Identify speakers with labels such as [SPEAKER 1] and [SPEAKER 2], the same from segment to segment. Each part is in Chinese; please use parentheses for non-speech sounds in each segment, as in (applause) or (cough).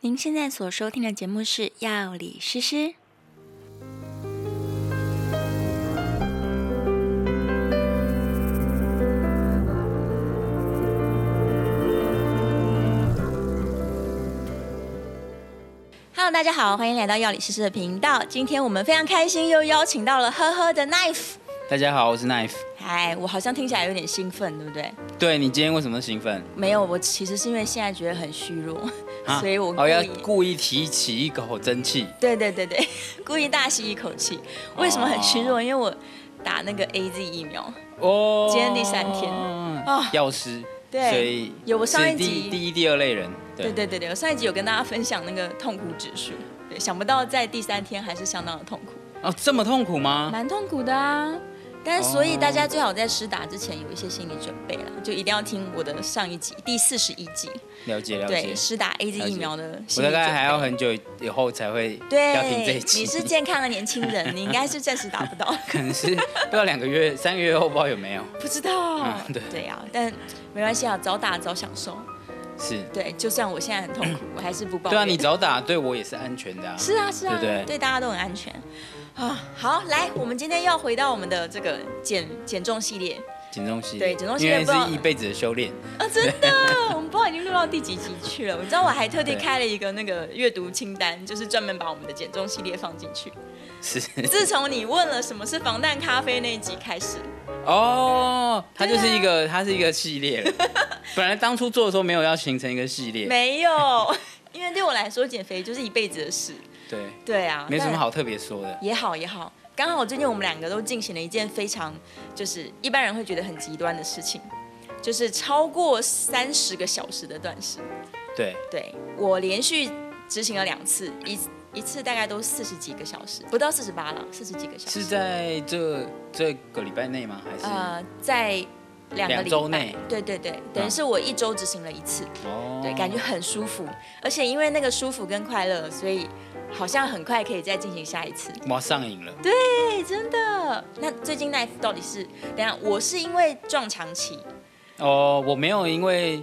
[SPEAKER 1] 您现在所收听的节目是《药理诗诗》。Hello，大家好，欢迎来到药理诗诗的频道。今天我们非常开心，又邀请到了呵呵的 Knife。
[SPEAKER 2] 大家好，我是 Knife。
[SPEAKER 1] 哎，我好像听起来有点兴奋，对不对？
[SPEAKER 2] 对你今天为什么兴奋？
[SPEAKER 1] 没有，我其实是因为现在觉得很虚弱，(laughs)
[SPEAKER 2] 啊
[SPEAKER 1] 所以我故
[SPEAKER 2] 哦要
[SPEAKER 1] 意。
[SPEAKER 2] 故意提起一口真气。
[SPEAKER 1] 对对对 (laughs) 对，故意大吸一口气。为什么很虚弱？因为我打那个 A Z 疫苗，
[SPEAKER 2] 哦，
[SPEAKER 1] 今天第三天啊
[SPEAKER 2] 药师。
[SPEAKER 1] 对
[SPEAKER 2] 所以
[SPEAKER 1] 有我上一
[SPEAKER 2] 是
[SPEAKER 1] 集
[SPEAKER 2] 第第一、第二类人。
[SPEAKER 1] 对对对对，我上一集有跟大家分享那个痛苦指数，对，想不到在第三天还是相当的痛苦，
[SPEAKER 2] 哦，这么痛苦吗？
[SPEAKER 1] 蛮痛苦的啊。但
[SPEAKER 2] 哦
[SPEAKER 1] 是所以大家最好在施打之前有一些心理准备啦，就一定要听我的上一集第四十一集，
[SPEAKER 2] 了解了解
[SPEAKER 1] 对，。施打 A Z
[SPEAKER 2] 了解
[SPEAKER 1] 疫苗的心
[SPEAKER 2] 我
[SPEAKER 1] 理准备。
[SPEAKER 2] 大概还要很久以后才会要听这
[SPEAKER 1] 对
[SPEAKER 2] 一，集。
[SPEAKER 1] 你是健康的年轻人，你应该是暂时打不到。
[SPEAKER 2] (laughs) 可能是不知道两个月、三个月后不知道有没有。
[SPEAKER 1] 不知道， (laughs)
[SPEAKER 2] 嗯对
[SPEAKER 1] 呀、啊但没关系啊，早打早享受。
[SPEAKER 2] 是。
[SPEAKER 1] 对，就算我现在很痛苦，我还是不抱
[SPEAKER 2] 对
[SPEAKER 1] 怨。
[SPEAKER 2] 啊，你早打对我也是安全的啊。
[SPEAKER 1] 是啊是啊，
[SPEAKER 2] 对不对
[SPEAKER 1] 大家都很安全啊。好，来，我们今天要回到我们的这个减减重系列
[SPEAKER 2] 减重系列，
[SPEAKER 1] 对减重系列
[SPEAKER 2] 因为
[SPEAKER 1] 不知道
[SPEAKER 2] 是一辈子的修炼。
[SPEAKER 1] 啊，真
[SPEAKER 2] (laughs)
[SPEAKER 1] 的，我们不知道已经录到第几集去了。你知道我还特地
[SPEAKER 2] 对
[SPEAKER 1] 开了一个那个阅读清单，就是专门把我们的减重系列放进去。
[SPEAKER 2] 是。
[SPEAKER 1] 自从你问了什么是防弹咖啡那一集开始，
[SPEAKER 2] 哦，它就是一
[SPEAKER 1] 啊
[SPEAKER 2] 个，它是一个系
[SPEAKER 1] (laughs)
[SPEAKER 2] 列了。本来当初做的时候没有要形成一个系列，
[SPEAKER 1] 没有， (laughs) 因为对我来说减肥就是一辈子的事。
[SPEAKER 2] 对，
[SPEAKER 1] 对啊，
[SPEAKER 2] 没什么
[SPEAKER 1] 但
[SPEAKER 2] 好特别说的。
[SPEAKER 1] 也好也好，刚好最近我们两个都进行了一件非常就是一般人会觉得很极端的事情，就是超过三十个小时的断食。
[SPEAKER 2] 对，
[SPEAKER 1] 对我连续执行了两次，一一次大概都四十几个小时，不到四十八了，四十几个小时。
[SPEAKER 2] 是在这这个礼拜内吗？还是？
[SPEAKER 1] 呃，在两个
[SPEAKER 2] 两
[SPEAKER 1] 礼
[SPEAKER 2] 周
[SPEAKER 1] 拜
[SPEAKER 2] 内，
[SPEAKER 1] 对对对，等于
[SPEAKER 2] 嗯
[SPEAKER 1] 是我一周执行了一次，
[SPEAKER 2] 哦
[SPEAKER 1] 对，感觉很舒服，而且因为那个舒服跟快乐，所以好像很快可以再进行下一次。
[SPEAKER 2] 哇上瘾了。
[SPEAKER 1] 哎，真的。那最近 Knife 到底是？等一下，我是因为撞墙期，
[SPEAKER 2] 哦，我没有，因为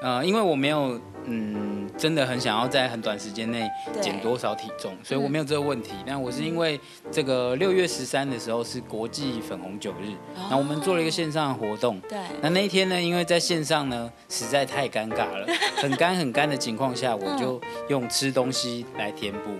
[SPEAKER 2] 呃，因为我没有，嗯，真的很想要在很短时间内
[SPEAKER 1] 对
[SPEAKER 2] 减多少体重，所以
[SPEAKER 1] 嗯
[SPEAKER 2] 我没有这个问题。但我是因为这个六月十三的时候是国际粉红酒日，
[SPEAKER 1] 哦
[SPEAKER 2] 然后我们做了一个线上的活动。
[SPEAKER 1] 对，
[SPEAKER 2] 那那一天呢，因为在线上呢实在太尴尬
[SPEAKER 1] (laughs)
[SPEAKER 2] 了，很干很干的情况下，我就用吃东西来填补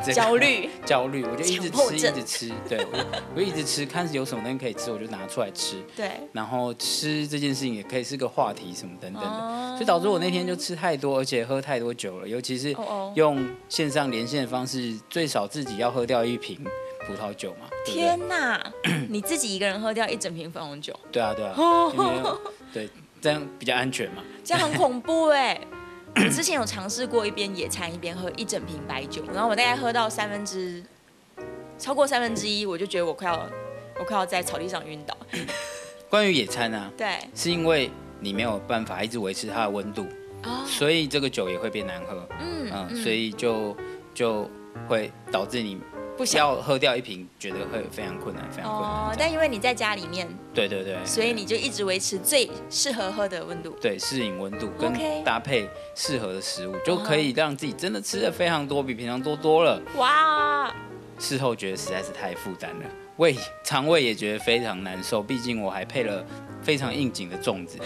[SPEAKER 2] 这
[SPEAKER 1] 嗯
[SPEAKER 2] 个
[SPEAKER 1] 焦虑
[SPEAKER 2] (laughs) 焦虑，我就一直
[SPEAKER 1] 强迫
[SPEAKER 2] 吃一
[SPEAKER 1] 症
[SPEAKER 2] 直吃，对，我就我就一直吃，看有什么东西可以吃，我就拿出来吃。
[SPEAKER 1] 对，
[SPEAKER 2] 然后吃这件事情也可以是个话题什么等等的，
[SPEAKER 1] 哦
[SPEAKER 2] 所以导致我那天就吃太多，而且喝太多酒了，尤其是
[SPEAKER 1] 哦哦
[SPEAKER 2] 用线上连线的方式，最少自己要喝掉一瓶葡萄酒嘛，对不对？
[SPEAKER 1] 天哪，你自己一个人喝掉一整瓶粉红酒，
[SPEAKER 2] 对啊
[SPEAKER 1] (laughs)
[SPEAKER 2] 对啊，
[SPEAKER 1] 哦
[SPEAKER 2] 因为对这样比较安全嘛。
[SPEAKER 1] 这样很恐怖哎。我之前有尝试过一边野餐一边喝一整瓶白酒，然后我大概喝到三分之，超过三分之一，我就觉得我快要，我快要在草地上晕倒。
[SPEAKER 2] 关于野餐啊，
[SPEAKER 1] 对，
[SPEAKER 2] 是因为你没有办法一直维持它的温度，
[SPEAKER 1] 哦，
[SPEAKER 2] 所以这个酒也会变难喝，
[SPEAKER 1] 嗯
[SPEAKER 2] 嗯，所以就就会导致你
[SPEAKER 1] 不想。
[SPEAKER 2] 要喝掉一瓶，觉得会非常困难，非常困
[SPEAKER 1] 哦
[SPEAKER 2] 难，这样。
[SPEAKER 1] 但因为你在家里面，
[SPEAKER 2] 对对对，
[SPEAKER 1] 所以你就一直维持最适合喝的温度。
[SPEAKER 2] 对适应温度跟
[SPEAKER 1] OK 哦
[SPEAKER 2] 搭配适合的食物，就可以让自己真的吃的非常多，比平常多多了。
[SPEAKER 1] 哇，哦
[SPEAKER 2] 事后觉得实在是太负担了，胃肠胃也觉得非常难受，毕竟我还配了非常应景的
[SPEAKER 1] (laughs)
[SPEAKER 2] 粽子。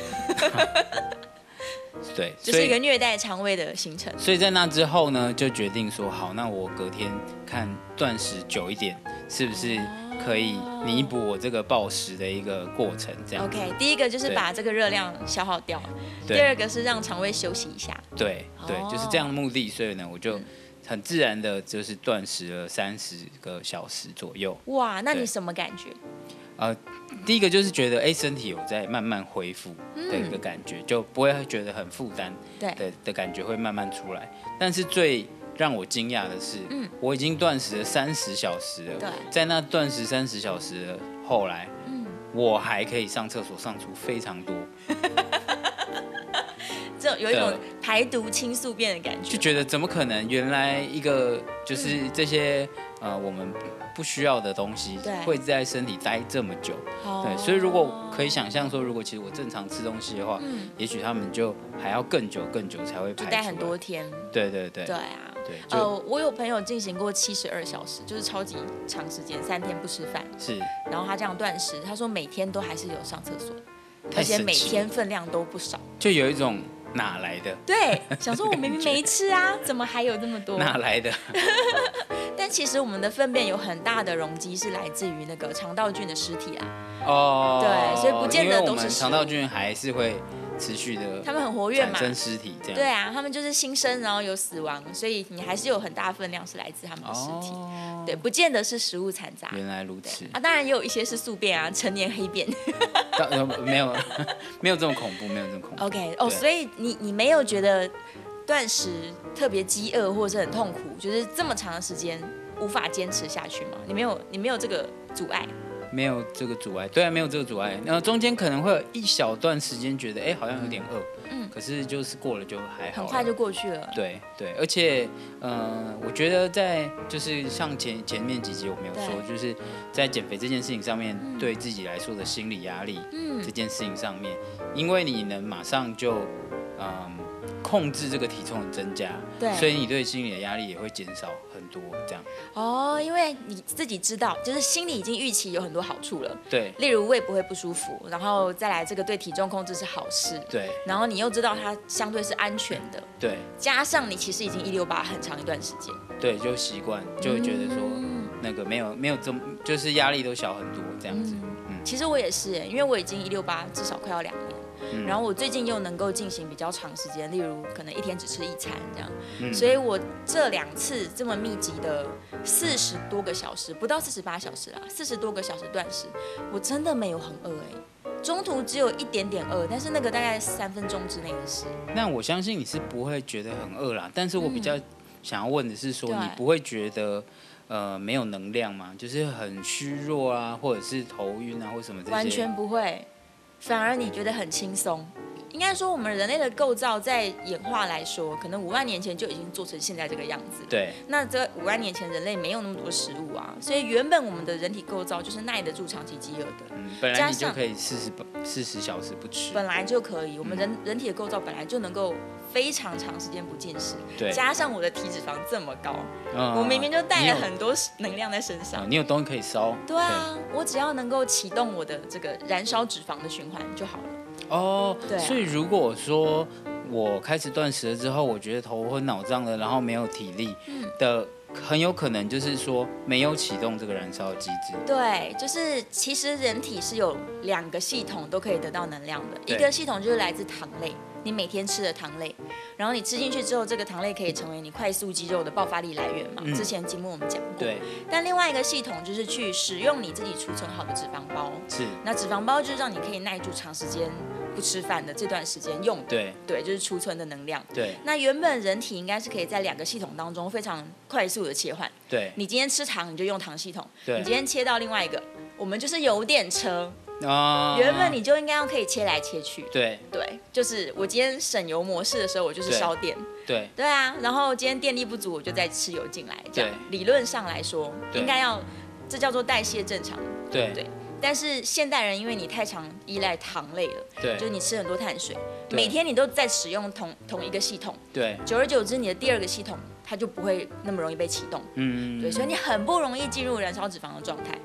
[SPEAKER 2] 对，
[SPEAKER 1] 就
[SPEAKER 2] 所
[SPEAKER 1] 是一个
[SPEAKER 2] 以
[SPEAKER 1] 虐待肠胃的行程。
[SPEAKER 2] 所以在那之后呢，就决定说好，那我隔天看断食久一点，是不是可以弥补我这个暴食的一个过程？这样
[SPEAKER 1] OK，第一个就是
[SPEAKER 2] 对
[SPEAKER 1] 把这个热量消耗掉，第
[SPEAKER 2] 对
[SPEAKER 1] 二个是让肠胃休息一下。
[SPEAKER 2] 对对，就是这样的目的，所以呢，我就
[SPEAKER 1] 嗯
[SPEAKER 2] 很自然的就是断食了三十个小时左右。
[SPEAKER 1] 哇，那你
[SPEAKER 2] 对
[SPEAKER 1] 什么感觉？
[SPEAKER 2] 第一个就是觉得，哎，身体有在慢慢恢复的一个感觉，就不会觉得很负担
[SPEAKER 1] 嗯对
[SPEAKER 2] 的的感觉会慢慢出来。但是最让我惊讶的是，
[SPEAKER 1] 嗯
[SPEAKER 2] 我已经断食了三十小时
[SPEAKER 1] 对
[SPEAKER 2] 了，在那断食三十小时的后来，
[SPEAKER 1] 嗯
[SPEAKER 2] 我还可以上厕所上出非常多，
[SPEAKER 1] 这有一种
[SPEAKER 2] 的
[SPEAKER 1] 排毒清宿便的感觉，
[SPEAKER 2] 就觉得怎么可能？原来一个就是
[SPEAKER 1] 嗯
[SPEAKER 2] 这些呃我们不需要的东西
[SPEAKER 1] 对
[SPEAKER 2] 会在身体待这么久，
[SPEAKER 1] 哦
[SPEAKER 2] 对，所以如果可以想象说，如果其实我正常吃东西的话，
[SPEAKER 1] 嗯
[SPEAKER 2] 也许他们就还要更久更久才会
[SPEAKER 1] 就
[SPEAKER 2] 排出
[SPEAKER 1] 待
[SPEAKER 2] 来。
[SPEAKER 1] 很多天，
[SPEAKER 2] 对对对
[SPEAKER 1] 对啊。
[SPEAKER 2] 对，就
[SPEAKER 1] 呃，我有朋友进行过七十二小时，就是超级长时间，三天不吃饭，
[SPEAKER 2] 是
[SPEAKER 1] 然后他这样断食，他说每天都还是有上厕所，
[SPEAKER 2] 太
[SPEAKER 1] 而且
[SPEAKER 2] 神
[SPEAKER 1] 每
[SPEAKER 2] 奇了，
[SPEAKER 1] 天分量都不少。
[SPEAKER 2] 就有一种哪来的
[SPEAKER 1] 对，想说我明明没吃啊，怎么还有这么
[SPEAKER 2] (laughs)
[SPEAKER 1] 多？
[SPEAKER 2] 哪
[SPEAKER 1] (laughs)
[SPEAKER 2] 来的，
[SPEAKER 1] 但其实我们的粪便有很大的容积是来自于那个肠道菌的尸体啊，
[SPEAKER 2] 哦，
[SPEAKER 1] 对所以不见得
[SPEAKER 2] 因为
[SPEAKER 1] 都
[SPEAKER 2] 我
[SPEAKER 1] 是
[SPEAKER 2] 们
[SPEAKER 1] 食
[SPEAKER 2] 肠道菌还是会持续
[SPEAKER 1] 他
[SPEAKER 2] 的
[SPEAKER 1] 们很活跃
[SPEAKER 2] 产
[SPEAKER 1] 嘛。
[SPEAKER 2] 生尸体这样。
[SPEAKER 1] 对啊，他们就是新生，然后有死亡，所以你还是有很大分量是来自他们的尸体。
[SPEAKER 2] 哦，
[SPEAKER 1] 对，不见得是食物残渣
[SPEAKER 2] 原来如此，
[SPEAKER 1] 啊，当然也有一些是宿便啊，成年黑便。 (laughs)
[SPEAKER 2] 到呃没有 (laughs) 没有这么恐怖，没有这么恐怖。
[SPEAKER 1] OK，哦，
[SPEAKER 2] 对
[SPEAKER 1] 所以你你没有觉得断食特别饥饿或者是很痛苦，就是这么长的时间无法坚持下去吗？你没有你没有这个阻碍？
[SPEAKER 2] 没有这个阻碍，对啊，没有这个阻碍。
[SPEAKER 1] 嗯
[SPEAKER 2] 然后中间可能会有一小段时间觉得，哎、好像有点饿，
[SPEAKER 1] 嗯
[SPEAKER 2] 可是就是过了就还好
[SPEAKER 1] 很
[SPEAKER 2] 了，
[SPEAKER 1] 快就过去了。
[SPEAKER 2] 对对，而且，嗯，我觉得在就是像前前面几集我们有说，就是在减肥这件事情上面，对自己来说的心理压力，
[SPEAKER 1] 嗯
[SPEAKER 2] 这件事情上面，因为你能马上就，嗯、控制这个体重的增加，
[SPEAKER 1] 对
[SPEAKER 2] 所以你对心理的压力也会减少很多，这样，
[SPEAKER 1] 哦，因为你自己知道，就是心里已经预期有很多好处了，
[SPEAKER 2] 对
[SPEAKER 1] 例如胃不会不舒服，然后再来这个对体重控制是好事，
[SPEAKER 2] 对
[SPEAKER 1] 然后你又知道它相对是安全的，
[SPEAKER 2] 对
[SPEAKER 1] 加上你其实已经一六八很长一段时间，
[SPEAKER 2] 对，就习惯，就会觉得说，
[SPEAKER 1] 嗯
[SPEAKER 2] 那个没有没有这么，就是压力都小很多这样子，嗯
[SPEAKER 1] 其实我也是耶，欸因为我已经一六八至少快要两年。
[SPEAKER 2] 嗯
[SPEAKER 1] 然后我最近又能够进行比较长时间，例如可能一天只吃一餐这样，
[SPEAKER 2] 嗯
[SPEAKER 1] 所以我这两次这么密集的四十多个小时，不到四十八小时啦，四十多个小时断食，我真的没有很饿哎、中途只有一点点饿，但是那个大概三分钟之内的事。
[SPEAKER 2] 那我相信你是不会觉得很饿啦，但是我比较想要问的是说，
[SPEAKER 1] 嗯对
[SPEAKER 2] 你不会觉得呃没有能量吗？就是很虚弱啊，或者是头晕啊，或什么这些？
[SPEAKER 1] 完全不会，反而你觉得很轻松。应该说，我们人类的构造在演化来说，可能五万年前就已经做成现在这个样子。
[SPEAKER 2] 对
[SPEAKER 1] 那这五万年前人类没有那么多食物啊，所以原本我们的人体构造就是耐得住长期饥饿的，
[SPEAKER 2] 嗯，本来
[SPEAKER 1] 加
[SPEAKER 2] 你就
[SPEAKER 1] 上
[SPEAKER 2] 可以四十四十小时不吃，
[SPEAKER 1] 本来就可以，我们
[SPEAKER 2] 嗯
[SPEAKER 1] 人人体的构造本来就能够非常长时间不进食，
[SPEAKER 2] 对，
[SPEAKER 1] 加上我的体脂肪这么高，
[SPEAKER 2] 嗯
[SPEAKER 1] 我明明就带了
[SPEAKER 2] 你有
[SPEAKER 1] 很多能量在身
[SPEAKER 2] 啊
[SPEAKER 1] 上。
[SPEAKER 2] 你有东西可以烧，
[SPEAKER 1] 对啊，我只要能够启动我的这个燃烧脂肪的循环就好了。
[SPEAKER 2] 对，哦，
[SPEAKER 1] 对啊
[SPEAKER 2] 所以如果说我开始断食了之后，我觉得头昏脑胀了，然后没有体力
[SPEAKER 1] 嗯
[SPEAKER 2] 的，很有可能就是说没有启动这个燃烧机制，
[SPEAKER 1] 对，就是其实人体是有两个系统都可以得到能量的，
[SPEAKER 2] 对
[SPEAKER 1] 一个系统就是来自糖类，你每天吃的糖类，然后你吃进去之后，这个糖类可以成为你快速肌肉的爆发力来源嘛。
[SPEAKER 2] 嗯
[SPEAKER 1] 之前节目我们讲过。。
[SPEAKER 2] 对，
[SPEAKER 1] 但另外一个系统就是去使用你自己储存好的脂肪包，
[SPEAKER 2] 是，
[SPEAKER 1] 那脂肪包就是让你可以耐住长时间不吃饭的这段时间用的，
[SPEAKER 2] 对
[SPEAKER 1] 对，就是储存的能量。
[SPEAKER 2] 对
[SPEAKER 1] 那原本人体应该是可以在两个系统当中非常快速的切换，
[SPEAKER 2] 对。
[SPEAKER 1] 你今天吃糖你就用糖系统，
[SPEAKER 2] 对
[SPEAKER 1] 你今天切到另外一个，我们就是有点车，
[SPEAKER 2] 啊
[SPEAKER 1] 原本你就应该要可以切来切去。
[SPEAKER 2] 对
[SPEAKER 1] 对，就是我今天省油模式的时候，我就是
[SPEAKER 2] 对
[SPEAKER 1] 烧电。
[SPEAKER 2] 对
[SPEAKER 1] 对啊，然后今天电力不足，我就再吃油进来。这样理论上来说，
[SPEAKER 2] 对
[SPEAKER 1] 应该要这叫做代谢正常。
[SPEAKER 2] 对
[SPEAKER 1] 对但是现代人因为你太常依赖糖类了，就是
[SPEAKER 2] 对
[SPEAKER 1] 你吃很多碳水，
[SPEAKER 2] 对
[SPEAKER 1] 每天你都在使用同同一个系统，
[SPEAKER 2] 对，
[SPEAKER 1] 久而久之，你的第二个系统它就不会那么容易被启动。
[SPEAKER 2] 嗯，
[SPEAKER 1] 对，所以你很不容易进入燃烧脂肪的状态。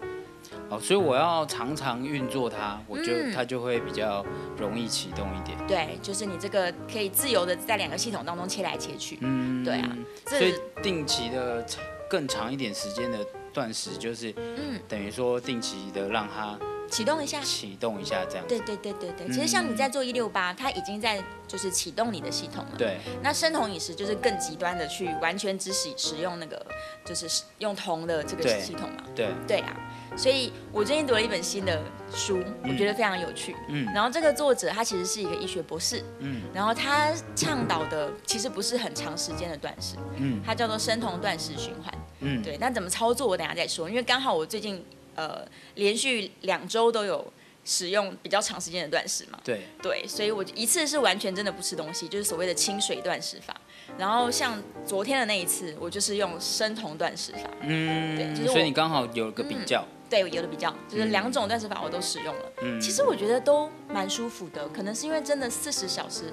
[SPEAKER 2] 哦，所以我要常常运作它，我就、
[SPEAKER 1] 嗯
[SPEAKER 2] 它就会比较容易启动一点。
[SPEAKER 1] 对，就是你这个可以自由的在两个系统当中切来切去。
[SPEAKER 2] 嗯，
[SPEAKER 1] 对啊，
[SPEAKER 2] 所
[SPEAKER 1] 这
[SPEAKER 2] 以定期的更长一点时间的断食，就是
[SPEAKER 1] 嗯，
[SPEAKER 2] 等于说定期的让它
[SPEAKER 1] 启动一下。
[SPEAKER 2] 启动一下这样。
[SPEAKER 1] 对对对对对，其实像你在做一六八，它已经在就是启动你的系统了。
[SPEAKER 2] 嗯对
[SPEAKER 1] 那生酮饮食就是更极端的去完全只使使用那个，就是使用酮的这个
[SPEAKER 2] 对
[SPEAKER 1] 系统嘛。
[SPEAKER 2] 对，
[SPEAKER 1] 对啊，所以我最近读了一本新的书，我觉得非常有趣。
[SPEAKER 2] 嗯
[SPEAKER 1] 然后这个作者他其实是一个医学博士，
[SPEAKER 2] 嗯
[SPEAKER 1] 然后他倡导的其实不是很长时间的断食，
[SPEAKER 2] 嗯
[SPEAKER 1] 它叫做生酮断食循环。
[SPEAKER 2] 嗯，
[SPEAKER 1] 对，那怎么操作我等一下再说，因为刚好我最近呃连续两周都有使用比较长时间的断食嘛。
[SPEAKER 2] 对，
[SPEAKER 1] 对，所以我一次是完全真的不吃东西，就是所谓的清水断食法。然后像昨天的那一次，我就是用生酮断食法。对
[SPEAKER 2] 嗯
[SPEAKER 1] 就是，我嗯
[SPEAKER 2] 所以你刚好有个比较，
[SPEAKER 1] 对，有的比较，就是两种断食法我都使用了。
[SPEAKER 2] 嗯，
[SPEAKER 1] 其实我觉得都蛮舒服的，可能是因为真的四十小时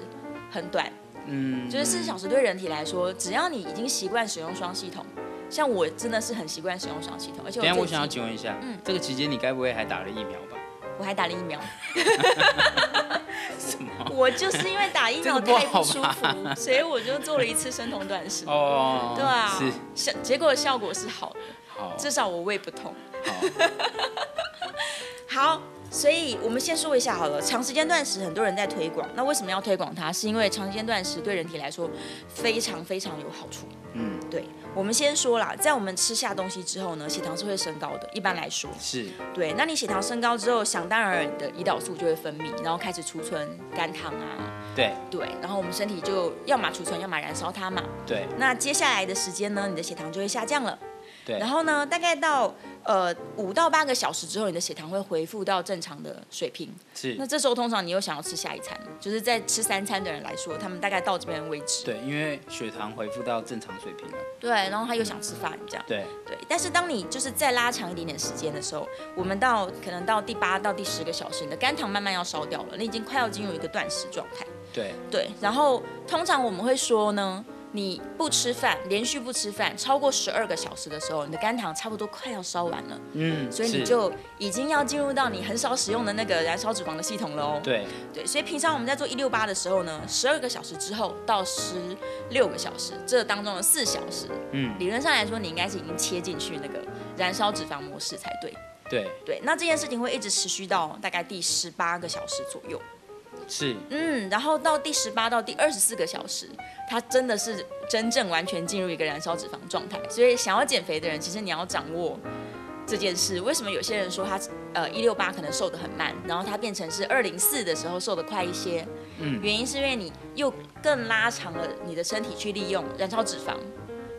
[SPEAKER 1] 很短，
[SPEAKER 2] 嗯，
[SPEAKER 1] 就是四十小时对人体来说，只要你已经习惯使用双系统，像我真的是很习惯使用双系统，而且
[SPEAKER 2] 等
[SPEAKER 1] 我最
[SPEAKER 2] 一下我想要
[SPEAKER 1] 近
[SPEAKER 2] 请问一下，
[SPEAKER 1] 嗯
[SPEAKER 2] 这个期间你该不会还打了疫苗吧？
[SPEAKER 1] 我还打了疫苗，
[SPEAKER 2] (laughs) 什么？
[SPEAKER 1] 我就是因为打疫苗
[SPEAKER 2] 这个不
[SPEAKER 1] 太
[SPEAKER 2] 好
[SPEAKER 1] 不
[SPEAKER 2] 吧
[SPEAKER 1] 舒服，所以我就做了一次生酮断食。
[SPEAKER 2] 哦，
[SPEAKER 1] 对啊
[SPEAKER 2] 是，
[SPEAKER 1] 效结果效果是好的，
[SPEAKER 2] 好，
[SPEAKER 1] 至少我胃不痛。
[SPEAKER 2] 好，
[SPEAKER 1] (laughs) 好，所以我们先说一下好了，长时间断食很多人在推广，那为什么要推广它？是因为长时间断食对人体来说非常非常有好处。
[SPEAKER 2] 嗯，
[SPEAKER 1] 对，我们先说啦，在我们吃下东西之后呢，血糖是会升高的，一般来说。
[SPEAKER 2] 是，
[SPEAKER 1] 对，那你血糖升高之后，想当然你的胰岛素就会分泌，然后开始储存肝糖啊，
[SPEAKER 2] 对
[SPEAKER 1] 对，然后我们身体就要么储存，要么燃烧它嘛。
[SPEAKER 2] 对
[SPEAKER 1] 那接下来的时间呢，你的血糖就会下降了。
[SPEAKER 2] 对
[SPEAKER 1] 然，后呢，大概到呃五到八个小时之后，你的血糖会恢复到正常的水平。
[SPEAKER 2] 是
[SPEAKER 1] 那，这时候通常你又想要吃下一餐，就是在吃三餐的人来说，他们大概到这边为止。
[SPEAKER 2] 对，因为血糖恢复到正常水平了，
[SPEAKER 1] 对，然后他又想吃饭这样。
[SPEAKER 2] 对，
[SPEAKER 1] 对，但是当你就是再拉长一点点时间的时候，我们到可能到第八到第十个小时，你的肝糖慢慢要烧掉了，你已经快要进入一个断食状态。
[SPEAKER 2] 对，
[SPEAKER 1] 对，然后通常我们会说呢，你不吃饭，连续不吃饭超过十二个小时的时候，你的肝糖差不多快要烧完了，
[SPEAKER 2] 嗯，
[SPEAKER 1] 所以你
[SPEAKER 2] 是
[SPEAKER 1] 就已经要进入到你很少使用的那个燃烧脂肪的系统了哦。
[SPEAKER 2] 对，
[SPEAKER 1] 对，所以平常我们在做一六八的时候呢，十二个小时之后到十六个小时，这当中的四小时，
[SPEAKER 2] 嗯，
[SPEAKER 1] 理论上来说，你应该是已经切进去那个燃烧脂肪模式才对。
[SPEAKER 2] 对，
[SPEAKER 1] 对，那这件事情会一直持续到大概第十八个小时左右。
[SPEAKER 2] 是，
[SPEAKER 1] 嗯，然后到第十八到第二十四个小时，它真的是真正完全进入一个燃烧脂肪状态。所以想要减肥的人，其实你要掌握这件事。为什么有些人说他呃一六八可能瘦得很慢，然后他变成是二零四的时候瘦得快一些？
[SPEAKER 2] 嗯
[SPEAKER 1] 原因是因为你又更拉长了你的身体去利用燃烧脂肪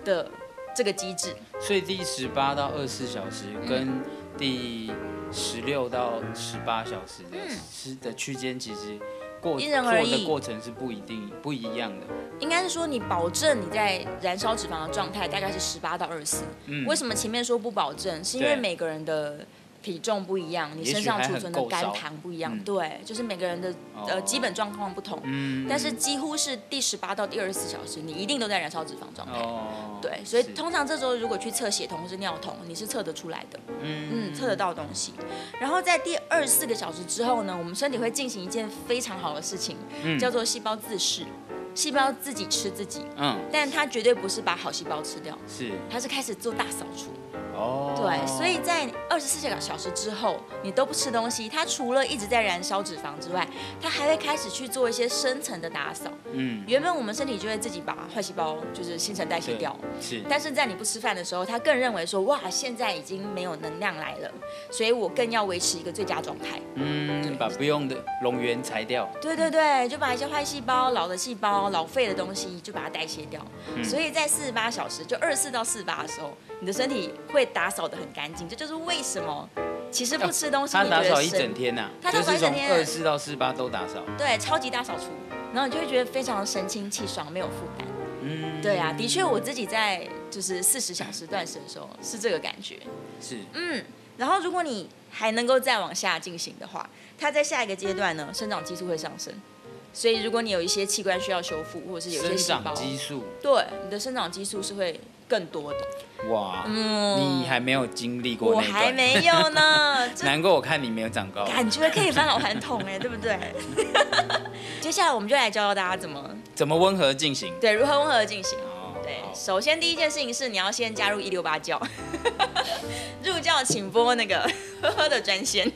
[SPEAKER 1] 的这个机制。
[SPEAKER 2] 所以第十八到二十四小时跟第十六到十八小时的吃的区间，其实过
[SPEAKER 1] 嗯因人而
[SPEAKER 2] 做
[SPEAKER 1] 异
[SPEAKER 2] 的过程是不一定不一样的。
[SPEAKER 1] 应该是说你保证你在燃烧脂肪的状态大概是十八到二十四。
[SPEAKER 2] 嗯
[SPEAKER 1] 为什么前面说不保证？是因为
[SPEAKER 2] 对
[SPEAKER 1] 每个人的体重不一样，你
[SPEAKER 2] 也许
[SPEAKER 1] 身上
[SPEAKER 2] 还
[SPEAKER 1] 储
[SPEAKER 2] 很
[SPEAKER 1] 存的
[SPEAKER 2] 够
[SPEAKER 1] 肝
[SPEAKER 2] 烧
[SPEAKER 1] 糖不一样，
[SPEAKER 2] 嗯
[SPEAKER 1] 对，就是每个人的呃
[SPEAKER 2] 哦
[SPEAKER 1] 基本状况不同。
[SPEAKER 2] 嗯
[SPEAKER 1] 但是几乎是第十八到第二十四小时，你一定都在燃烧脂肪状态。
[SPEAKER 2] 哦，
[SPEAKER 1] 对，所以
[SPEAKER 2] 是
[SPEAKER 1] 通常这时候如果去测血酮或是尿酮，你是测得出来的，
[SPEAKER 2] 嗯
[SPEAKER 1] 嗯，测得到东西。然后在第二十四个小时之后呢，我们身体会进行一件非常好的事情，
[SPEAKER 2] 嗯
[SPEAKER 1] 叫做细胞自噬，细胞自己吃自己，
[SPEAKER 2] 嗯
[SPEAKER 1] 但它绝对不是把好细胞吃掉，
[SPEAKER 2] 是
[SPEAKER 1] 它是开始做大扫除。
[SPEAKER 2] 哦，
[SPEAKER 1] 对，所以在二十四个小时之后，你都不吃东西，它除了一直在燃烧脂肪之外，它还会开始去做一些深层的打扫。
[SPEAKER 2] 嗯
[SPEAKER 1] 原本我们身体就会自己把坏细胞就是新陈代谢
[SPEAKER 2] 对
[SPEAKER 1] 掉，
[SPEAKER 2] 是
[SPEAKER 1] 但是在你不吃饭的时候，它更认为说哇，现在已经没有能量来了，所以我更要维持一个最佳状态。对
[SPEAKER 2] 嗯把不用的龙源裁掉，
[SPEAKER 1] 对对对，就把一些坏细胞、老的细胞、老废的东西就把它代谢掉。
[SPEAKER 2] 嗯
[SPEAKER 1] 所以在四十八小时，就二十四到四十八的时候，你的身体会打扫的很干净。这就是为什么其实不吃东西
[SPEAKER 2] 他
[SPEAKER 1] 你觉
[SPEAKER 2] 打
[SPEAKER 1] 得
[SPEAKER 2] 扫一
[SPEAKER 1] 生
[SPEAKER 2] 整天呐，啊
[SPEAKER 1] 他打
[SPEAKER 2] 就
[SPEAKER 1] 扫一
[SPEAKER 2] 是
[SPEAKER 1] 整
[SPEAKER 2] 从
[SPEAKER 1] 天
[SPEAKER 2] 二四到四八都打扫，
[SPEAKER 1] 对超级大扫除，然后你就会觉得非常神清气爽，没有负担。
[SPEAKER 2] 嗯
[SPEAKER 1] 对啊，的确我自己在就是四十小时断食的时候是这个感觉。
[SPEAKER 2] 是
[SPEAKER 1] 嗯，然后如果你还能够再往下进行的话，它在下一个阶段呢，生长激素会上升。所以，如果你有一些器官需要修复，或者是有一些
[SPEAKER 2] 生
[SPEAKER 1] 细胞
[SPEAKER 2] 长，激素
[SPEAKER 1] 对，你的生长激素是会更多的。
[SPEAKER 2] 哇，
[SPEAKER 1] 嗯，
[SPEAKER 2] 你还没有经历过
[SPEAKER 1] 我
[SPEAKER 2] 那一段
[SPEAKER 1] 还没有 (laughs) 呢，这
[SPEAKER 2] 难怪我看你没有长高。
[SPEAKER 1] 感觉可以返老还童哎，对不对？ (laughs) 接下来我们就来教教大家怎么
[SPEAKER 2] 怎么温和进行？
[SPEAKER 1] 对如何温和地进行。
[SPEAKER 2] 哦
[SPEAKER 1] 对，
[SPEAKER 2] 好
[SPEAKER 1] 首先第一件事情是你要先加入一六八教， (laughs) 入教请拨那个呵呵的专线，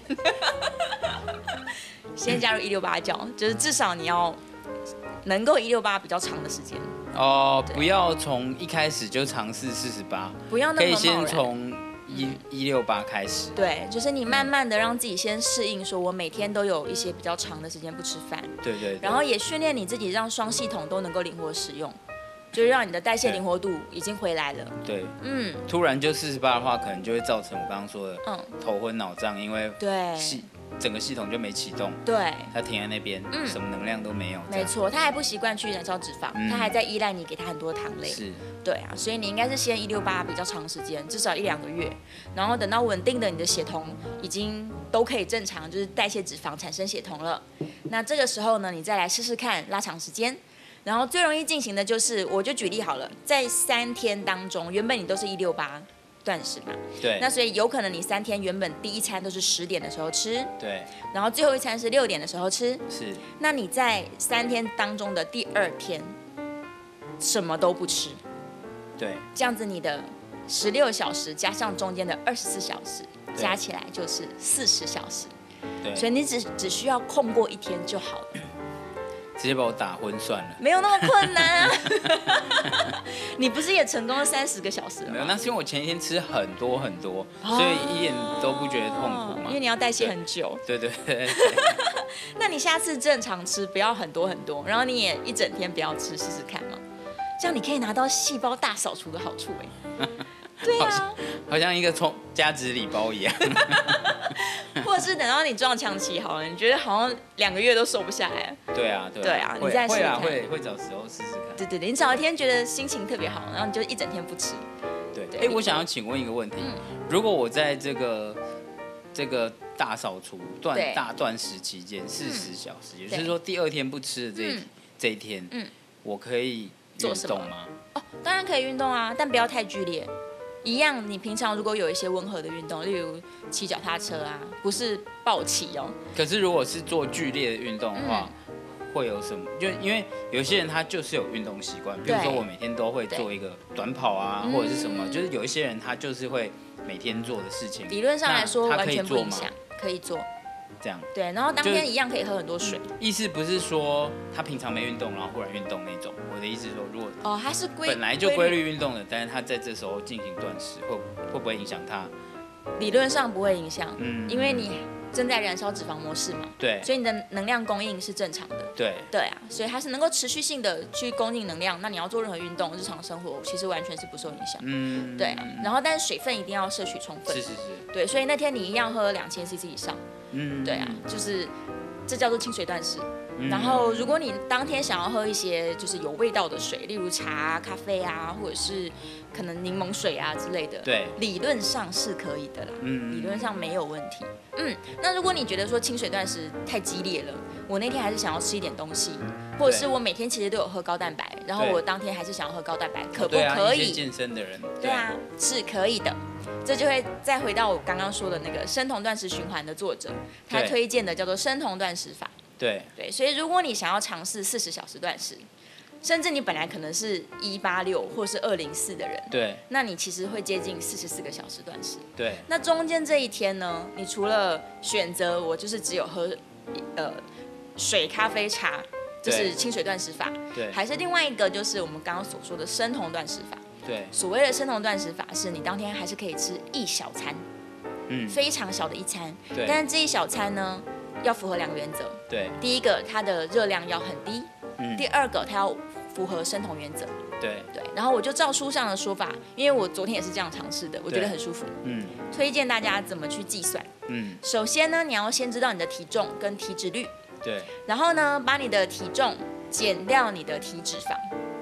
[SPEAKER 1] (laughs) 先加入一六八教，就是至少你要能够一六八比较长的时间，
[SPEAKER 2] 哦，不要从一开始就尝试四十八，
[SPEAKER 1] 不要那
[SPEAKER 2] 可
[SPEAKER 1] 么
[SPEAKER 2] 以
[SPEAKER 1] 贸
[SPEAKER 2] 先
[SPEAKER 1] 然。嗯
[SPEAKER 2] 从一一六八开始。
[SPEAKER 1] 对，就是你慢慢的让自己先适应，说我每天都有一些比较长的时间不吃饭，
[SPEAKER 2] 对对对，
[SPEAKER 1] 然后也训练你自己，让双系统都能够灵活使用，就是让你的代谢
[SPEAKER 2] 对
[SPEAKER 1] 灵活度已经回来了。
[SPEAKER 2] 对，
[SPEAKER 1] 嗯
[SPEAKER 2] 突然就四十八的话，可能就会造成我刚刚说的
[SPEAKER 1] 嗯，
[SPEAKER 2] 头昏脑胀，因为
[SPEAKER 1] 对，
[SPEAKER 2] 细整个系统就没启动，
[SPEAKER 1] 对，
[SPEAKER 2] 它停在那边，
[SPEAKER 1] 嗯
[SPEAKER 2] 什么能量都没有。这
[SPEAKER 1] 没
[SPEAKER 2] 样
[SPEAKER 1] 错，他还不习惯去燃烧脂肪，
[SPEAKER 2] 嗯
[SPEAKER 1] 他还在依赖你给他很多糖类。
[SPEAKER 2] 是，
[SPEAKER 1] 对啊，所以你应该是先一六八比较长时间，至少一两个月，然后等到稳定的你的血酮已经都可以正常，就是代谢脂肪产生血酮了。那这个时候呢，你再来试试看拉长时间。然后最容易进行的就是，我就举例好了，在三天当中，原本你都是一六八断食嘛，
[SPEAKER 2] 对
[SPEAKER 1] 那，所以有可能你三天原本第一餐都是十点的时候吃，
[SPEAKER 2] 对，
[SPEAKER 1] 然后最后一餐是六点的时候吃，
[SPEAKER 2] 是，
[SPEAKER 1] 那你在三天当中的第二天什么都不吃，
[SPEAKER 2] 对，
[SPEAKER 1] 这样子你的十六小时加上中间的二十四小时，
[SPEAKER 2] 对
[SPEAKER 1] 加起来就是四十小时，
[SPEAKER 2] 对，
[SPEAKER 1] 所以你只只需要空过一天就好了，
[SPEAKER 2] 直接把我打昏算了。
[SPEAKER 1] 没有那么困难啊。
[SPEAKER 2] (laughs)
[SPEAKER 1] 你不是也成功了三十个小时了
[SPEAKER 2] 没有，
[SPEAKER 1] 吗？
[SPEAKER 2] 那是因为我前一天吃很多很多，所以一点都不觉得痛
[SPEAKER 1] 哦
[SPEAKER 2] 苦嘛
[SPEAKER 1] 因为。你要代谢很久。
[SPEAKER 2] 对对对，
[SPEAKER 1] 那你下次正常吃，不要很多很多，然后你也一整天不要吃，试试看嘛。这样你可以拿到细胞大扫除的好处
[SPEAKER 2] (laughs)
[SPEAKER 1] 哎。对
[SPEAKER 2] 好
[SPEAKER 1] 啊
[SPEAKER 2] 像，好像一个充加值礼包一样。 (laughs)
[SPEAKER 1] 或者是等到你撞墙期好了，你觉得好像两个月都瘦不下来了。
[SPEAKER 2] 对啊，对
[SPEAKER 1] 对啊
[SPEAKER 2] 会
[SPEAKER 1] 你再试
[SPEAKER 2] 会
[SPEAKER 1] 试
[SPEAKER 2] 啊，
[SPEAKER 1] 看
[SPEAKER 2] 会会找时候试试看。
[SPEAKER 1] 对对对，你找一天觉得心情特别好，然后你就一整天不吃。
[SPEAKER 2] 对，
[SPEAKER 1] 对嗯
[SPEAKER 2] 哎，我想要请问一个问题，如果我在这个这个大扫除断
[SPEAKER 1] 对嗯
[SPEAKER 2] 大断食期间四十小时，也就是
[SPEAKER 1] 对
[SPEAKER 2] 说第二天不吃的这一
[SPEAKER 1] 嗯
[SPEAKER 2] 这一天
[SPEAKER 1] 嗯，
[SPEAKER 2] 我可以运
[SPEAKER 1] 做什么
[SPEAKER 2] 动吗？
[SPEAKER 1] 哦，当然可以运动啊，但不要太剧烈。一样，你平常如果有一些温和的运动，例如骑脚踏车啊，不是暴骑哦。
[SPEAKER 2] 可是如果是做剧烈的运动的话，
[SPEAKER 1] 嗯
[SPEAKER 2] 会有什么？就因为有些人他就是有运动习惯，比如
[SPEAKER 1] 对
[SPEAKER 2] 说我每天都会做一个短跑啊，
[SPEAKER 1] 嗯
[SPEAKER 2] 或者是什么，就是有一些人他就是会每天做的事情。
[SPEAKER 1] 理论上来说，
[SPEAKER 2] 那他
[SPEAKER 1] 完
[SPEAKER 2] 可以
[SPEAKER 1] 全不
[SPEAKER 2] 做
[SPEAKER 1] 影
[SPEAKER 2] 吗？
[SPEAKER 1] 响，可以做。
[SPEAKER 2] 这样
[SPEAKER 1] 对，然后当
[SPEAKER 2] 就
[SPEAKER 1] 天一样可以喝很多水。
[SPEAKER 2] 意思不是说他平常没运动，然后忽然运动那种。我的意思是说，如果
[SPEAKER 1] 哦，它是规
[SPEAKER 2] 本来就规，律运动的，但是他在这时候进行断食，会不会不会影响他？
[SPEAKER 1] 理论上不会影响，
[SPEAKER 2] 嗯，
[SPEAKER 1] 因为你正在燃烧脂肪模式嘛，
[SPEAKER 2] 对
[SPEAKER 1] 所以你的能量供应是正常的。
[SPEAKER 2] 对
[SPEAKER 1] 对啊，所以它是能够持续性的去供应能量。那你要做任何运动，日常生活其实完全是不受影响。
[SPEAKER 2] 嗯
[SPEAKER 1] 对啊，然后但是水分一定要摄取充分
[SPEAKER 2] 是。是是，
[SPEAKER 1] 对，所以那天你一样喝两千 CC 以上。
[SPEAKER 2] 嗯
[SPEAKER 1] 对啊，就是这叫做清水断食。
[SPEAKER 2] 嗯
[SPEAKER 1] 然后如果你当天想要喝一些就是有味道的水，例如茶啊、咖啡啊，或者是可能柠檬水啊之类的，
[SPEAKER 2] 对
[SPEAKER 1] 理论上是可以的啦。
[SPEAKER 2] 嗯
[SPEAKER 1] 理论上没有问题。嗯，那如果你觉得说清水断食太激烈了，我那天还是想要吃一点东西，或者是我每天其实都有喝高蛋白，然后
[SPEAKER 2] 嗯对
[SPEAKER 1] 我当天还是想要喝高蛋白，可不
[SPEAKER 2] 对啊，
[SPEAKER 1] 可
[SPEAKER 2] 一些
[SPEAKER 1] 以？
[SPEAKER 2] 健身的人
[SPEAKER 1] 对啊，是可以的。这就会再回到我刚刚说的那个生酮断食循环的作者，他
[SPEAKER 2] 对
[SPEAKER 1] 推荐的叫做生酮断食法。
[SPEAKER 2] 对
[SPEAKER 1] 对，所以如果你想要尝试四十小时断食，甚至你本来可能是一八六或是二零四的人，
[SPEAKER 2] 对
[SPEAKER 1] 那你其实会接近四十四个小时断食。
[SPEAKER 2] 对
[SPEAKER 1] 那中间这一天呢，你除了选择我就是只有喝呃水、咖啡、茶，就
[SPEAKER 2] 对
[SPEAKER 1] 是清水断食法，
[SPEAKER 2] 对
[SPEAKER 1] 还是另外一个就是我们刚刚所说的生酮断食法。
[SPEAKER 2] 对，
[SPEAKER 1] 所谓的生酮断食法，是你当天还是可以吃一小餐，
[SPEAKER 2] 嗯，
[SPEAKER 1] 非常小的一餐。但
[SPEAKER 2] 对
[SPEAKER 1] 是这一小餐呢，要符合两个原则：
[SPEAKER 2] 对，
[SPEAKER 1] 第一个，它的热量要很低；
[SPEAKER 2] 嗯
[SPEAKER 1] 第二个，它要符合生酮原则。
[SPEAKER 2] 对，
[SPEAKER 1] 对，然后我就照书上的说法，因为我昨天也是这样尝试的，我觉得
[SPEAKER 2] 对
[SPEAKER 1] 很舒服。
[SPEAKER 2] 嗯
[SPEAKER 1] 推荐大家怎么去计算。
[SPEAKER 2] 嗯，
[SPEAKER 1] 首先呢，你要先知道你的体重跟体脂率，
[SPEAKER 2] 对
[SPEAKER 1] 然后呢，把你的体重减掉你的体脂肪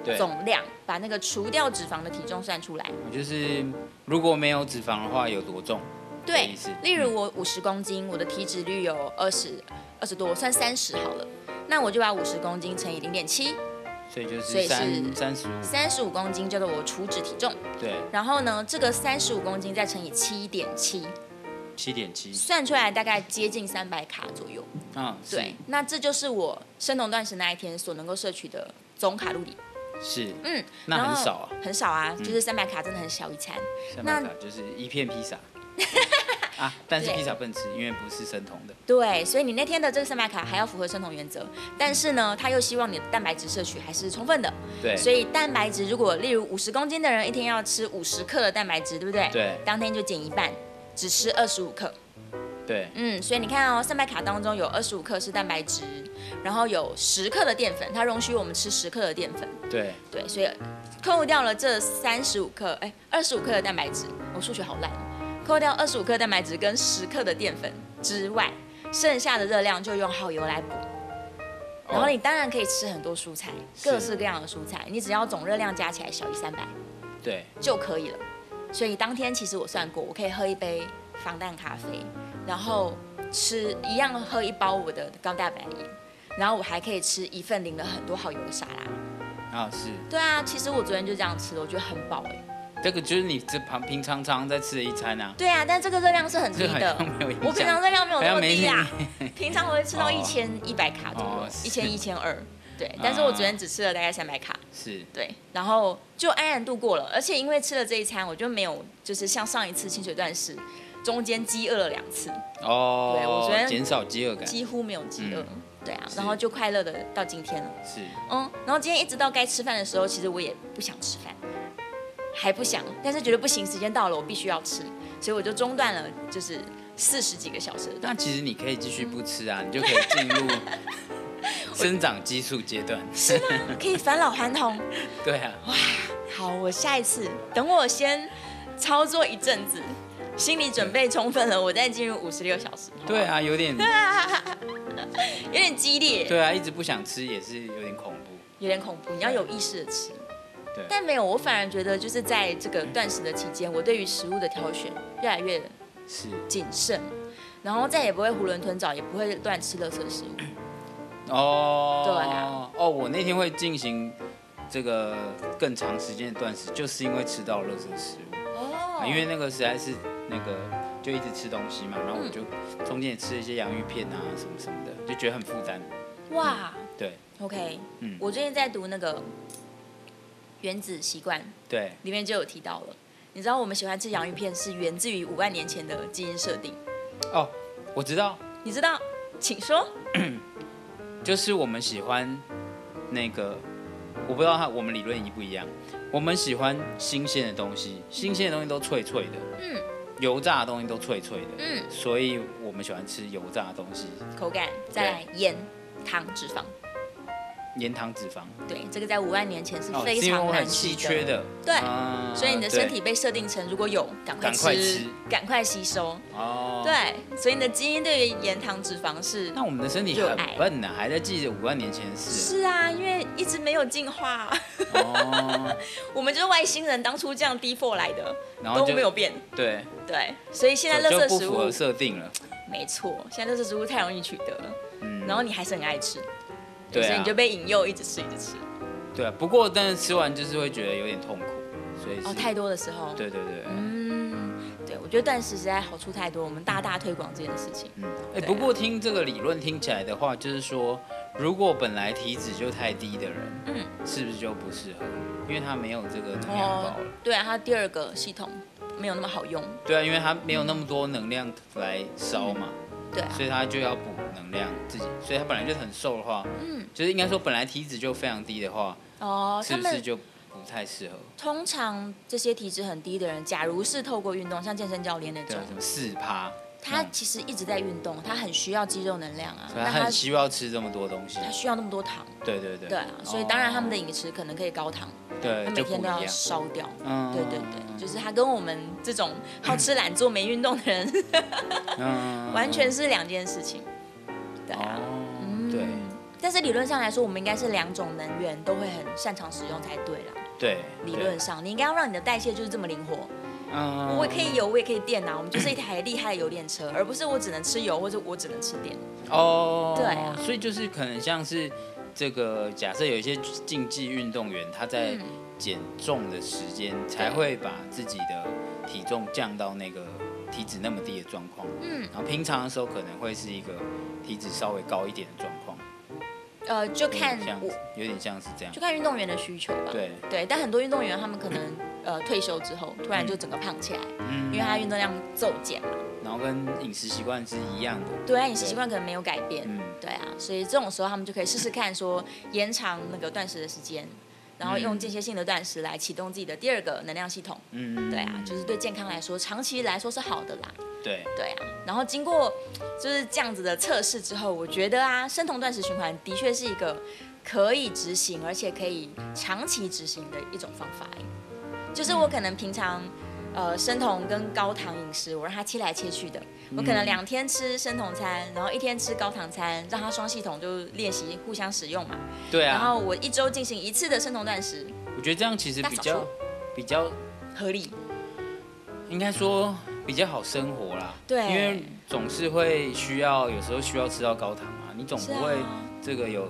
[SPEAKER 2] 对，
[SPEAKER 1] 总量，把那个除掉脂肪的体重算出来。
[SPEAKER 2] 就是如果没有脂肪的话有多重？的
[SPEAKER 1] 对
[SPEAKER 2] 意思，嗯
[SPEAKER 1] 例如我五十公斤，我的体脂率有二十二十多，我算三十好了，那我就把五十公斤乘以零点七，
[SPEAKER 2] 所以就
[SPEAKER 1] 所以
[SPEAKER 2] 是
[SPEAKER 1] 是
[SPEAKER 2] 三三十五，
[SPEAKER 1] 三十五公斤叫做我除脂体重，
[SPEAKER 2] 对，
[SPEAKER 1] 然后呢，这个三十五公斤再乘以七点七，
[SPEAKER 2] 七点七，
[SPEAKER 1] 算出来大概接近三百卡左右。
[SPEAKER 2] 嗯，是
[SPEAKER 1] 对，那这就是我生酮断食那一天所能够摄取的总卡路里。
[SPEAKER 2] 是，
[SPEAKER 1] 嗯，
[SPEAKER 2] 那
[SPEAKER 1] 然
[SPEAKER 2] 很
[SPEAKER 1] 后
[SPEAKER 2] 少啊，
[SPEAKER 1] 很少啊，就是三百卡真的很小一餐。
[SPEAKER 2] 三
[SPEAKER 1] 那
[SPEAKER 2] 百卡就是一片披
[SPEAKER 1] (laughs)
[SPEAKER 2] 萨啊，但是
[SPEAKER 1] 对
[SPEAKER 2] 披萨不能吃，因为不是生酮的，
[SPEAKER 1] 对，所以你那天的这个三百卡还要符合生酮原则，但是呢，他又希望你的蛋白质摄取还是充分的。
[SPEAKER 2] 对，
[SPEAKER 1] 所以蛋白质如果例如五十公斤的人一天要吃五十克的蛋白质，对不对？
[SPEAKER 2] 对
[SPEAKER 1] 当天就减一半，只吃二十五克。
[SPEAKER 2] 对
[SPEAKER 1] 嗯，所以你看哦，三百卡当中有二十五克是蛋白质，然后有十克的淀粉，它容许我们吃十克的淀粉。
[SPEAKER 2] 对，
[SPEAKER 1] 对，所以扣掉了这三十五克，哎，二十五克的蛋白质，我数学好烂哦，扣掉二十五克蛋白质跟十克的淀粉之外，剩下的热量就用好油来补。然后
[SPEAKER 2] 哦
[SPEAKER 1] 你当然可以吃很多蔬菜，
[SPEAKER 2] 是
[SPEAKER 1] 各式各样的蔬菜，你只要总热量加起来小于三百
[SPEAKER 2] 对，
[SPEAKER 1] 就可以了。所以当天其实我算过，我可以喝一杯防弹咖啡，然后吃一样喝一包我的高蛋白饮，然后我还可以吃一份淋了很多好油的沙拉。
[SPEAKER 2] 啊是，
[SPEAKER 1] 对啊，其实我昨天就这样吃的，我觉得很饱哎、
[SPEAKER 2] 这个就是你这旁平常常在吃的一餐啊，
[SPEAKER 1] 对啊，但这个热量是很低
[SPEAKER 2] 这好
[SPEAKER 1] 的 (laughs)
[SPEAKER 2] 像，没有影响。
[SPEAKER 1] 我平常热量没有那么低啊
[SPEAKER 2] 好，
[SPEAKER 1] 平常我会吃到
[SPEAKER 2] 哦
[SPEAKER 1] 一千一百卡左右
[SPEAKER 2] 哦，是
[SPEAKER 1] 一千一千二，对。但是我昨天只吃了大概三百卡，
[SPEAKER 2] 是
[SPEAKER 1] 对，然后就安然度过了。而且因为吃了这一餐，我就没有就是像上一次清水断食，中间饥饿了两次，
[SPEAKER 2] 哦，
[SPEAKER 1] 对我昨天
[SPEAKER 2] 减少饥饿感
[SPEAKER 1] 几乎没有饥饿。
[SPEAKER 2] 嗯
[SPEAKER 1] 对啊，
[SPEAKER 2] 是
[SPEAKER 1] 然后就快乐的到今天了，
[SPEAKER 2] 是
[SPEAKER 1] 嗯，然后今天一直到该吃饭的时候，其实我也不想吃饭，还不想，但是觉得不行，时间到了，我必须要吃，所以我就中断了，就是四十几个小时的断食 (laughs)
[SPEAKER 2] 那其实你可以继续不吃啊，你就可以进 (laughs) 入生长激素阶段。
[SPEAKER 1] 是吗？可以返老还童。
[SPEAKER 2] 对啊，
[SPEAKER 1] 好，我下一次等我先操作一阵子，心理准备充分了，我再进入五十六小时。好不好
[SPEAKER 2] 对，啊，有点，
[SPEAKER 1] 有点激烈，
[SPEAKER 2] 对啊，一直不想吃也是有点恐怖。
[SPEAKER 1] 有点恐怖，你要有意识的吃。
[SPEAKER 2] 对
[SPEAKER 1] 但没有，我反而觉得就是在这个断食的期间，我对于食物的挑选越来越
[SPEAKER 2] 是
[SPEAKER 1] 谨慎，然后再也不会囫囵吞枣，也不会乱吃垃圾食物。
[SPEAKER 2] 哦，
[SPEAKER 1] 对啊，
[SPEAKER 2] 哦，我那天会进行这个更长时间的断食，就是因为吃到垃圾食物。
[SPEAKER 1] 哦
[SPEAKER 2] 啊因为那个实在是那个就一直吃东西嘛，然后我就中间也吃了一些洋芋片啊什么什么的，就觉得很负担。
[SPEAKER 1] 哇
[SPEAKER 2] 对
[SPEAKER 1] ，OK，
[SPEAKER 2] 嗯
[SPEAKER 1] 我最近在读那个《原子习惯》。
[SPEAKER 2] 对，
[SPEAKER 1] 里面就有提到了。你知道我们喜欢吃洋芋片是源自于五万年前的基因设定，
[SPEAKER 2] 哦，我知道，
[SPEAKER 1] 你知道？请说。
[SPEAKER 2] 就是我们喜欢那个，我不知道它我们理论一不一样，我们喜欢新鲜的东西，新鲜的东西都脆脆的，
[SPEAKER 1] 嗯，
[SPEAKER 2] 油炸的东西都脆脆的，
[SPEAKER 1] 嗯，
[SPEAKER 2] 所以我们喜欢吃油炸的东西，
[SPEAKER 1] 口感，再来盐、糖、脂肪，
[SPEAKER 2] 盐糖脂肪，
[SPEAKER 1] 对，这个在五万年前是
[SPEAKER 2] 哦，
[SPEAKER 1] 非
[SPEAKER 2] 是因为
[SPEAKER 1] 常
[SPEAKER 2] 我
[SPEAKER 1] 难
[SPEAKER 2] 很
[SPEAKER 1] 取
[SPEAKER 2] 稀缺
[SPEAKER 1] 的。
[SPEAKER 2] 的，
[SPEAKER 1] 对
[SPEAKER 2] 啊
[SPEAKER 1] 所以你的
[SPEAKER 2] 对
[SPEAKER 1] 身体被设定成，如果有，赶快
[SPEAKER 2] 赶快
[SPEAKER 1] 吃
[SPEAKER 2] 吃，
[SPEAKER 1] 赶快吸收。
[SPEAKER 2] 哦，。
[SPEAKER 1] 对，所以你的基因对于盐、糖、脂肪是
[SPEAKER 2] 那我们的身体
[SPEAKER 1] 热
[SPEAKER 2] 很
[SPEAKER 1] 爱
[SPEAKER 2] 笨呐、还在记着五万年前的事。
[SPEAKER 1] 是啊，因为一直没有进化，
[SPEAKER 2] 哦，
[SPEAKER 1] (laughs) 我们就是外星人当初这样 D4 来的，
[SPEAKER 2] 然后
[SPEAKER 1] 都
[SPEAKER 2] 就
[SPEAKER 1] 没有变。
[SPEAKER 2] 对，
[SPEAKER 1] 对，所以现在
[SPEAKER 2] 就
[SPEAKER 1] 垃
[SPEAKER 2] 不
[SPEAKER 1] 圾食
[SPEAKER 2] 符
[SPEAKER 1] 物
[SPEAKER 2] 合设定了。
[SPEAKER 1] 没错，现在垃圾食物太容易取得了，
[SPEAKER 2] 嗯
[SPEAKER 1] 然后你还是很爱吃，
[SPEAKER 2] 对啊
[SPEAKER 1] 所以你就被引诱一直吃一直吃。
[SPEAKER 2] 对，啊不过但是吃完就是会觉得有点痛苦，所以是
[SPEAKER 1] 哦，太多的时候，，
[SPEAKER 2] 对对对，
[SPEAKER 1] 嗯，对，我觉得断食实在好处太多，我们大大推广这件事情。
[SPEAKER 2] 嗯，哎、
[SPEAKER 1] 对啊
[SPEAKER 2] 不过听这个理论听起来的话，就是说，如果本来体脂就太低的人，
[SPEAKER 1] 嗯，
[SPEAKER 2] 是不是就不适合？因为他没有这个能量包了。
[SPEAKER 1] 对啊，它第二个系统没有那么好用，
[SPEAKER 2] 对啊，因为他没有那么多能量来烧嘛，
[SPEAKER 1] 对啊，
[SPEAKER 2] 所以他就要补能量自己。所以他本来就很瘦的话，
[SPEAKER 1] 嗯，
[SPEAKER 2] 就是应该说本来体脂就非常低的话，
[SPEAKER 1] 哦，
[SPEAKER 2] 是
[SPEAKER 1] 他
[SPEAKER 2] 不是
[SPEAKER 1] 们
[SPEAKER 2] 就不太适合？
[SPEAKER 1] 通常这些体脂很低的人，假如是透过运动，像健身教练那
[SPEAKER 2] 对
[SPEAKER 1] 种
[SPEAKER 2] 啊，，什么四趴，
[SPEAKER 1] 他
[SPEAKER 2] 嗯
[SPEAKER 1] 其实一直在运动，他很需要肌肉能量啊，
[SPEAKER 2] 所以
[SPEAKER 1] 那
[SPEAKER 2] 他
[SPEAKER 1] 他
[SPEAKER 2] 很需要吃这么多东西。
[SPEAKER 1] 他需要那么多糖，
[SPEAKER 2] 对对对。
[SPEAKER 1] 对啊，所以当然他们的
[SPEAKER 2] 哦
[SPEAKER 1] 饮食可能可以高糖，
[SPEAKER 2] 对
[SPEAKER 1] 他每
[SPEAKER 2] 就不
[SPEAKER 1] 天
[SPEAKER 2] 一
[SPEAKER 1] 都要
[SPEAKER 2] 样。
[SPEAKER 1] 烧掉。
[SPEAKER 2] 嗯
[SPEAKER 1] 对对对，就是他跟我们这种好吃懒做、没运动的人， (laughs)
[SPEAKER 2] 嗯
[SPEAKER 1] 完全是两件事情。对啊，
[SPEAKER 2] 哦，对
[SPEAKER 1] 但是理论上来说，我们应该是两种能源都会很擅长使用才对啦。
[SPEAKER 2] 对，
[SPEAKER 1] 理
[SPEAKER 2] 对
[SPEAKER 1] 论，上，你应该要让你的代谢就是这么灵活，
[SPEAKER 2] 嗯
[SPEAKER 1] 我也可以油，我也可以电啊，我们就是一台厉害的油电车，而不是我只能吃油或者我只能吃电。
[SPEAKER 2] 哦，
[SPEAKER 1] 对啊
[SPEAKER 2] 所以就是可能像是这个，假设有一些竞技运动员，他在
[SPEAKER 1] 嗯
[SPEAKER 2] 减重的时间才会把自己的体重降到那个体脂那么低的状况，
[SPEAKER 1] 嗯，
[SPEAKER 2] 然后平常的时候可能会是一个体脂稍微高一点的状况，
[SPEAKER 1] 呃，就
[SPEAKER 2] 有点
[SPEAKER 1] 看
[SPEAKER 2] 像
[SPEAKER 1] 我，
[SPEAKER 2] 有点像是这样
[SPEAKER 1] 就，看运动员的需求吧。
[SPEAKER 2] 对，
[SPEAKER 1] 对，但很多运动员他们可能呃退休之后突然就整个胖起来，
[SPEAKER 2] 嗯
[SPEAKER 1] 因为他运动量骤减嘛。
[SPEAKER 2] 然后跟饮食习惯是一样的，
[SPEAKER 1] 对啊，饮食习惯可能没有改变。
[SPEAKER 2] 嗯，
[SPEAKER 1] 对啊，所以这种时候他们就可以试试看，说延长那个断食的时间，然后用
[SPEAKER 2] 嗯
[SPEAKER 1] 间歇性的断食来启动自己的第二个能量系统。
[SPEAKER 2] 嗯，
[SPEAKER 1] 对啊，就是对健康来说，长期来说是好的啦。
[SPEAKER 2] 对，
[SPEAKER 1] 对啊，然后经过就是这样子的测试之后，我觉得啊，生酮断食循环的确是一个可以执行，而且可以长期执行的一种方法欸。就是我可能平常。呃生酮跟高糖饮食，我让他切来切去的。我可能
[SPEAKER 2] 嗯
[SPEAKER 1] 两天吃生酮餐，然后一天吃高糖餐，让他双系统就练习互相使用嘛。
[SPEAKER 2] 对
[SPEAKER 1] 然
[SPEAKER 2] 啊，
[SPEAKER 1] 后我一周进行一次的生酮断食，
[SPEAKER 2] 我觉得这样其实
[SPEAKER 1] 大
[SPEAKER 2] 比
[SPEAKER 1] 扫
[SPEAKER 2] 较
[SPEAKER 1] 除
[SPEAKER 2] 比较，
[SPEAKER 1] 合理。
[SPEAKER 2] 应该说比较好生活啦。
[SPEAKER 1] 对
[SPEAKER 2] 因为总是会需要，有时候需要吃到高糖嘛，你总
[SPEAKER 1] 是
[SPEAKER 2] 不会
[SPEAKER 1] 啊。
[SPEAKER 2] 这个有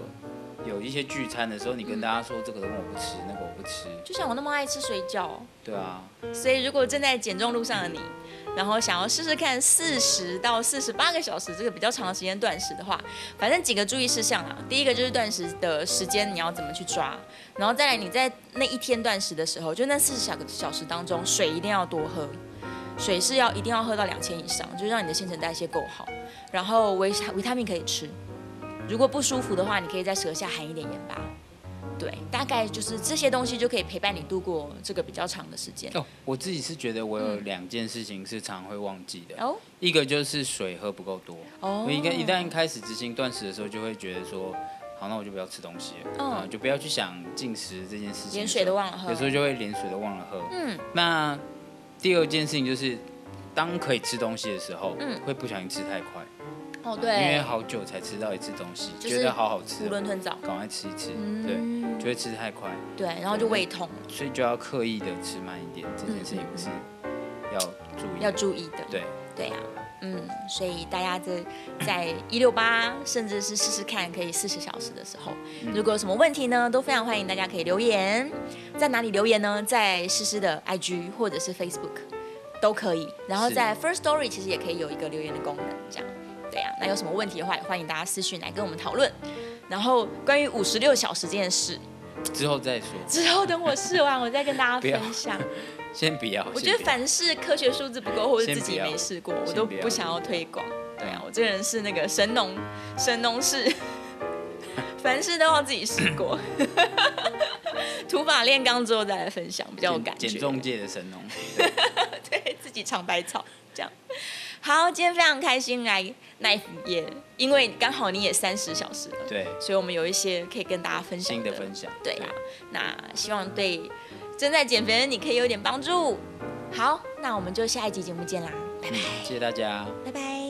[SPEAKER 2] 有一些聚餐的时候，你跟大家说这个东西我不吃，那个我不吃，
[SPEAKER 1] 就像我那么爱吃水饺，
[SPEAKER 2] 对啊，
[SPEAKER 1] 所以如果正在减重路上的你，然后想要试试看四十到四十八个小时这个比较长的时间断食的话，反正几个注意事项啊。第一个就是断食的时间你要怎么去抓，然后再来你在那一天断食的时候，就那四十小个小时当中，水一定要多喝。水是要一定要喝到两千以上，就是让你的新陈代谢够好。然后维维他命可以吃，如果不舒服的话，你可以在舌下含一点盐巴。对，大概就是这些东西就可以陪伴你度过这个比较长的时间。
[SPEAKER 2] 哦，我自己是觉得我有两件事情是常会忘记的，
[SPEAKER 1] 哦
[SPEAKER 2] 一个就是水喝不够多，
[SPEAKER 1] 哦
[SPEAKER 2] 我一个一旦开始执行断食的时候，就会觉得说，好，那我就不要吃东西了，
[SPEAKER 1] 嗯
[SPEAKER 2] 嗯，就不要去想进食这件事情，
[SPEAKER 1] 连水都忘了喝
[SPEAKER 2] 有时候就会连水都忘了喝。
[SPEAKER 1] 嗯，
[SPEAKER 2] 那第二件事情就是，当可以吃东西的时候，
[SPEAKER 1] 嗯
[SPEAKER 2] 会不小心吃太快，
[SPEAKER 1] 哦
[SPEAKER 2] 因为
[SPEAKER 1] 对，
[SPEAKER 2] 好久才吃到一次东西，
[SPEAKER 1] 就是
[SPEAKER 2] 觉得好好吃
[SPEAKER 1] 囫
[SPEAKER 2] 哦，
[SPEAKER 1] 囵吞枣，
[SPEAKER 2] 赶快吃一吃，
[SPEAKER 1] 嗯
[SPEAKER 2] 对，就会吃太快，
[SPEAKER 1] 对，然后就胃痛，
[SPEAKER 2] 所以就要刻意的吃慢一点，这件事情是要注意的，
[SPEAKER 1] 嗯要注意的。
[SPEAKER 2] 对。
[SPEAKER 1] 对呀、嗯，所以大家这在一六八，甚至是试试看可以四十小时的时候，
[SPEAKER 2] 嗯
[SPEAKER 1] 如果有什么问题呢，都非常欢迎大家可以留言，在哪里留言呢？在诗诗的 IG 或者是 Facebook 都可以，然后
[SPEAKER 2] 是
[SPEAKER 1] 在 First Story 其实也可以有一个留言的功能，这样。对呀、那有什么问题的话，也欢迎大家私讯来跟我们讨论。然后关于五十六小时这件事，
[SPEAKER 2] 之后再说，
[SPEAKER 1] 之后等我试完，我再跟大家
[SPEAKER 2] 不要
[SPEAKER 1] 分
[SPEAKER 2] (laughs)
[SPEAKER 1] 享。
[SPEAKER 2] 先不要。
[SPEAKER 1] 我
[SPEAKER 2] 先
[SPEAKER 1] 觉得
[SPEAKER 2] 不要
[SPEAKER 1] 凡是科学数字不够或者
[SPEAKER 2] 先
[SPEAKER 1] 自己
[SPEAKER 2] 不要
[SPEAKER 1] 没试过，我
[SPEAKER 2] 先
[SPEAKER 1] 都
[SPEAKER 2] 不要嗯
[SPEAKER 1] 不想要推广。对啊，我这个人是那个神农，神农氏， (laughs) 凡事都要自己试过， (laughs) 土法炼钢之后再来分享，比较有
[SPEAKER 2] 减
[SPEAKER 1] 感觉。
[SPEAKER 2] 减重界的神农，
[SPEAKER 1] (laughs) 对自己尝百草这样。好，今天非常开心来 Knife 也，因为刚好你也三十小时了，
[SPEAKER 2] 对，
[SPEAKER 1] 所以我们有一些可以跟大家分享
[SPEAKER 2] 新的分享，
[SPEAKER 1] 对啊，那希望对正在减肥的你可以有点帮助。好，那我们就下一集节目见啦，拜拜，
[SPEAKER 2] 对谢谢大家。
[SPEAKER 1] 拜拜。